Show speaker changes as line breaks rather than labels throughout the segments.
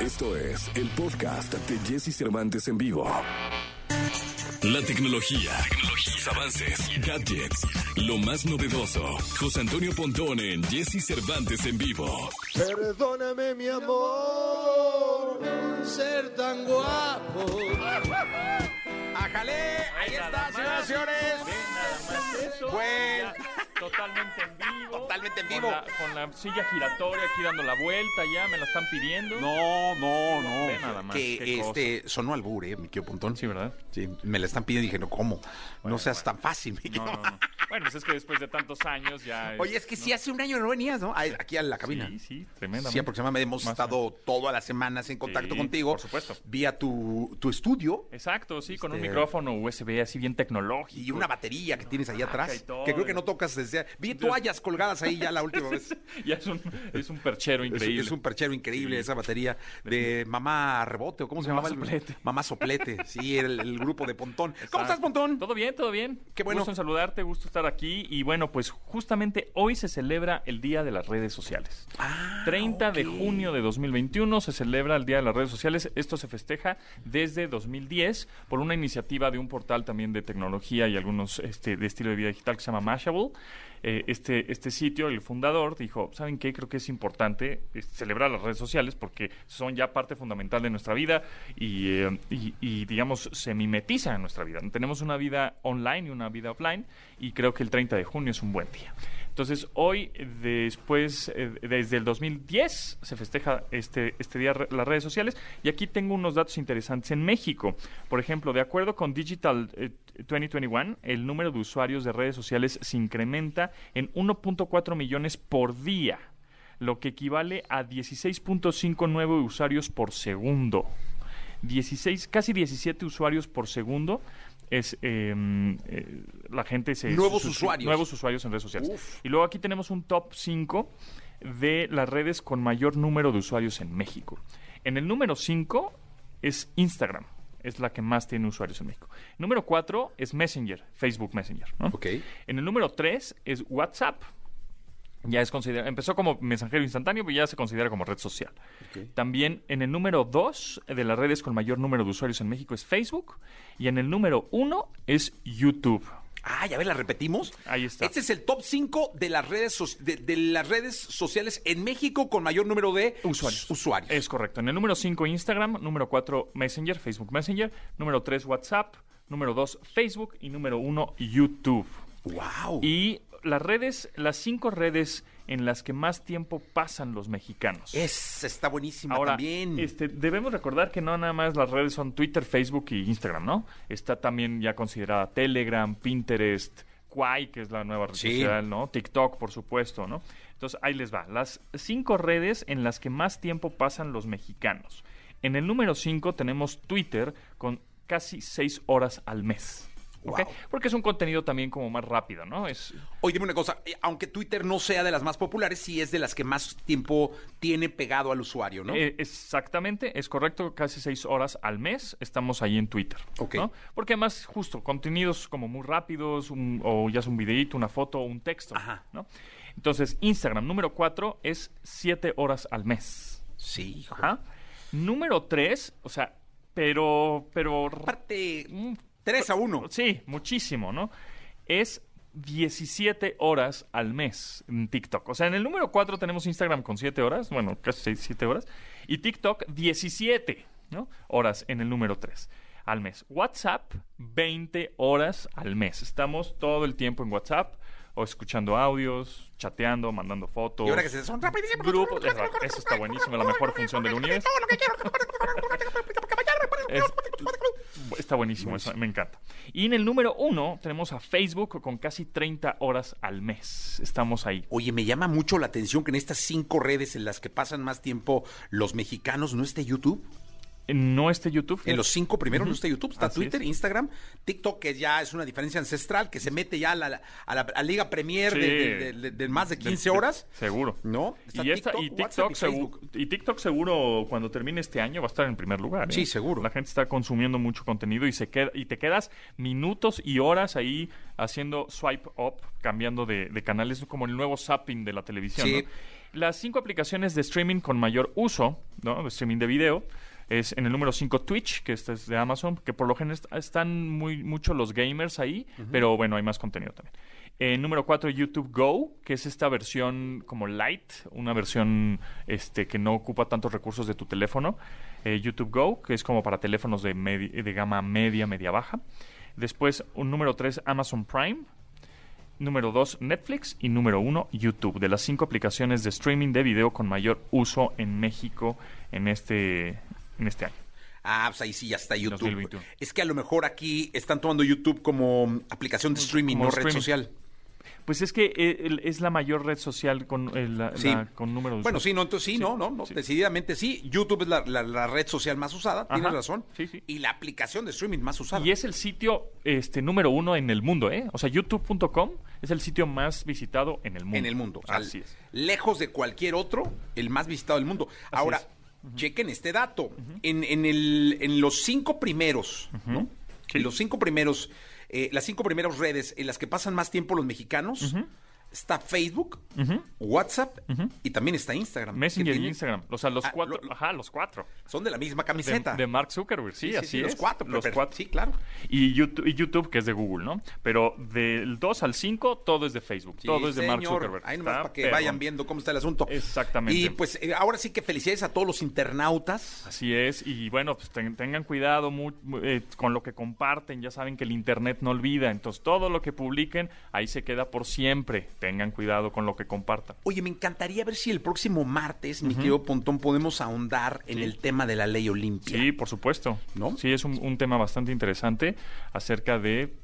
Esto es el podcast de Jesse Cervantes en vivo. La tecnología, sus avances, gadgets, lo más novedoso. José Antonio Pontón en Jesse Cervantes en vivo.
Perdóname mi amor, ser tan guapo.
¡Ájale! Ahí está, señoras y señores. Pues,
Ya, totalmente en vivo.
totalmente en
Con
vivo.
la- Con la, silla giratoria aquí dando la vuelta, ya me la están pidiendo.
No, no, no.
Ve nada más, qué
Que este sonó albur, eh, mi tío Pontón.
Sí, ¿verdad?
Sí, me la están pidiendo y dije, no, ¿cómo? no seas tan fácil, mi tío.
No, no, no. Bueno, pues es que después de tantos años ya.
Oye, es que sí hace un año no venías, ¿no? A- Aquí a la cabina.
Sí, sí, tremendamente.
Sí, aproximadamente hemos
Más
estado todas las semanas en contacto
Sí,
contigo.
por supuesto.
Vía tu, tu estudio
Exacto, sí, con un
Este-
micrófono USB así bien tecnológico.
y una batería que tienes ahí
y
atrás,
Ah, todo,
que creo que
y-
no tocas desde... Vi
Yo-
toallas colgadas ahí ya la última vez.
Ya es un, es un perchero
Es,
increíble.
es un perchero increíble
Sí.
esa batería de Mamá Rebote, o ¿cómo se
Mamá
llamaba? el-
Soplete.
Mamá Soplete, sí, el, el grupo de Pontón. ¿Cómo estás,
Exacto.
Pontón?
Todo bien, todo bien.
Qué bueno.
Gusto en saludarte, gusto estar aquí. Y bueno, pues justamente hoy se celebra el Día de las Redes Sociales.
Ah,
30 de junio de 2021 se celebra el Día de las Redes Sociales. Esto se festeja desde 2010 por una iniciativa de un portal también de tecnología y algunos este, de estilo de vida digital que se llama Mashable. Eh, este, este sitio, el fundador dijo, ¿saben qué? Creo que es importante eh, celebrar las redes sociales porque son ya parte fundamental de nuestra vida y, eh, y- y, digamos, se mimetiza en nuestra vida. Tenemos una vida online y una vida offline y creo que el 30 de junio es un buen día. Entonces, hoy, después, eh, desde el 2010, se festeja este, este día re- las redes sociales. Y aquí tengo unos datos interesantes en México. Por ejemplo, de acuerdo con Digital eh, 2021, el número de usuarios de redes sociales se incrementa en 1.4 millones por día, lo que equivale a 16.5 nuevos usuarios por segundo. 16, casi 17 usuarios por segundo es eh, eh, la gente se
Nuevos
sus-
usuarios.
nuevos usuarios en redes sociales
Uf.
y luego aquí tenemos un top 5 de las redes con mayor número de usuarios en México en el número 5 es Instagram es la que más tiene usuarios en México número 4 es Messenger Facebook Messenger ¿no?
Ok.
en el número 3 es WhatsApp ya es considera- empezó como mensajero instantáneo, pero ya se considera como red social. También en el número 2 de las redes con mayor número de usuarios en México es Facebook. Y en el número 1 es YouTube.
Ah, ya ves, la repetimos.
Ahí está.
Este es el top 5 de las redes so- de, de las redes sociales en México con mayor número de
Usuarios. Eh,
s- usuarios.
Es correcto. En el número 5 Instagram, número 4 Messenger, Facebook Messenger, número 3 WhatsApp, número 2 Facebook y número 1 YouTube.
Wow.
Y las redes, las cinco redes en las que más tiempo pasan los mexicanos.
es está buenísima
Ahora,
también.
este, debemos recordar que no nada más las redes son Twitter, Facebook y Instagram, ¿no? Está también ya considerada Telegram, Pinterest, Quai, que es la nueva red
Sí.
social, ¿no? TikTok, por supuesto, ¿no? Entonces, ahí les va. Las cinco redes en las que más tiempo pasan los mexicanos. En el número 5 tenemos Twitter con casi seis horas al mes. ¿ok?
Wow.
Porque es un contenido también como más rápido, ¿no? Es
Oye, dime una cosa, eh, aunque Twitter no sea de las más populares, sí es de las que más tiempo tiene pegado al usuario, ¿no?
Eh, exactamente, es correcto, casi seis horas al mes estamos ahí en Twitter.
Ok.
¿no? Porque además, justo, contenidos como muy rápidos, un- o ya es un videíto, una foto, un texto.
Ajá.
¿no? Entonces, Instagram número cuatro es siete horas al mes.
sí, hijo.
Ajá. Número tres, o sea, pero, pero...
Parte
Mm,
3 a 1.
Sí, muchísimo, ¿no? Es 17 horas al mes en TikTok. O sea, en el número 4 tenemos Instagram con 7 horas, bueno, casi 6, 7 horas, y TikTok 17 ¿no? horas en el número 3 al mes. WhatsApp 20 horas al mes. Estamos todo el tiempo en WhatsApp o escuchando audios, chateando, mandando fotos.
Y ahora que se son rapidísimo.
Grupo, eso está buenísimo, la mejor función del universo. Es- está buenísimo, eso, me encanta. Y en el número uno tenemos a Facebook con casi 30 horas al mes. Estamos ahí.
Oye, me llama mucho la atención que en estas cinco redes en las que pasan más tiempo los mexicanos no esté YouTube.
No este YouTube.
En los cinco primeros
Ujú.
no está YouTube, está
Así
Twitter,
es.
Instagram, TikTok, que ya es una diferencia ancestral, que se mete ya a la, a la- a Liga Premier de,
Sí.
de- de- de más de 15
Del-
horas.
Seguro.
¿No? Está
y, esta-
TikTok,
y
WhatsApp
TikTok
y
segu-
Facebook.
y TikTok seguro cuando termine este año va a estar en primer lugar. ¿eh?
Sí, seguro.
La gente está consumiendo mucho contenido y, se queda, y te quedas minutos y horas ahí haciendo swipe up, cambiando de, de canales, como el nuevo zapping de la televisión.
Sí.
¿no? Las cinco aplicaciones de streaming con mayor uso ¿no? Streaming de video. Es en el número 5 Twitch, que este es de Amazon, que por lo general est- están muy mucho los gamers ahí, pero bueno, hay más contenido también. En número 4 YouTube Go, que es esta versión como light, una versión este que no ocupa tantos recursos de tu teléfono. Eh, YouTube Go, que es como para teléfonos de, medi- de gama media, media baja. Después, un número 3 Amazon Prime, Número 2, Netflix. Y número 1, YouTube. De las cinco aplicaciones de streaming de video con mayor uso en México en este, en este año.
Ah, pues ahí sí ya está YouTube.
2021.
Es que a lo mejor aquí están tomando YouTube como aplicación de streaming,
como
no red
streaming.
social.
Pues es que eh, el- es la mayor red social con, eh, la-
Sí.
la- con número de
Bueno,
usuarios.
sí, no, entonces sí, no, no, no,
sí.
decididamente sí. YouTube es la, la- la red social más usada,
Ajá.
tienes razón.
Sí, sí.
Y la aplicación de streaming más usada.
Y es el sitio este número uno en el mundo, ¿eh? O sea, youtube.com es el sitio más visitado en el mundo.
en el mundo. O sea,
Así es.
Lejos de cualquier otro, el más visitado del mundo. Ahora,
es.
chequen este dato. en, en el- en los cinco primeros, ¿no?
Sí.
En los cinco primeros, eh, las cinco primeras redes en las que pasan más tiempo los mexicanos, está Facebook, WhatsApp y también está Instagram. que
Messenger y
tiene-
Instagram. O sea, los
Ah,
cuatro.
lo- lo-
Ajá, los cuatro.
Son de la misma
De,
camiseta.
de Mark Zuckerberg, sí,
Sí, sí,
así
sí,
es.
Los cuatro,
los
pero-
cuatro.
Sí, claro.
Y YouTube, y YouTube, que es de Google, ¿no? Pero del 2 al 5, todo es de Facebook,
Sí,
todo es de Mark
señor.
Zuckerberg.
Ahí nomás
Está
para que
perrón.
vayan viendo cómo está el asunto.
Exactamente.
Y pues eh, ahora sí que felicidades a todos los internautas.
Así es, y bueno, pues ten- tengan cuidado mu- mu- eh, con lo que comparten, ya saben que el Internet no olvida, entonces todo lo que publiquen ahí se queda por siempre, tengan cuidado con lo que compartan.
Oye, me encantaría ver si el próximo martes, mi querido Pontón, podemos ahondar en el tema de la ley Olimpia.
Sí, por supuesto.
¿No?
Sí, es un, un tema bastante interesante acerca de,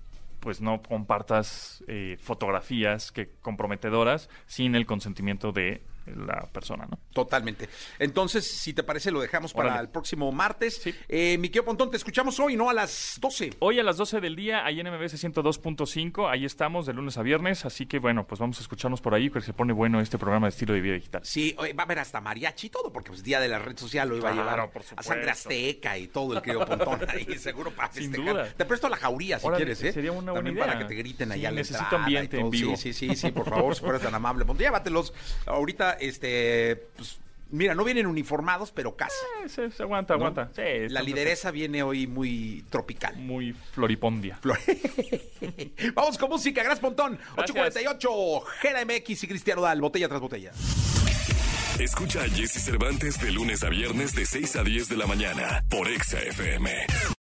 pues no compartas eh, fotografías que comprometedoras sin el consentimiento de la persona, ¿no?
Totalmente. Entonces, si te parece, lo dejamos para
Órale.
el próximo martes.
Sí.
Eh, mi querido Pontón, te escuchamos hoy, ¿no? A las 12.
Hoy a las 12 del día, ahí en MBS 102.5, ahí estamos de lunes a viernes, así que bueno, pues vamos a escucharnos por ahí, que se pone bueno este programa de estilo de vida digital.
Sí, oye, va a haber hasta mariachi y todo, porque pues día de la red social lo iba
Claro,
a llevar
por
a
supuesto.
sangre azteca y todo el querido Pontón ahí, seguro para
Sin
festejar.
duda.
Te presto la jauría si
Órale,
quieres, ¿eh?
sería una buena
También
idea.
para que te griten allá
Sí,
a la
necesito
entrada y
ambiente en
todo.
vivo.
Sí, sí, sí, sí, por favor, si fueras tan amable. Pontón, llévatelos. Ahorita, este, pues, mira, no vienen uniformados, pero casi.
Eh, se, se aguanta,
¿no?
aguanta. Sí,
la
estamos
lideresa viene hoy muy tropical.
muy floripondia.
Flor- Vamos con música, gracias Pontón.
Gracias.
848, Gera MX y Cristiano Dal, botella tras botella.
Escucha a Jesse Cervantes de lunes a viernes de 6 a 10 de la mañana por Exa FM.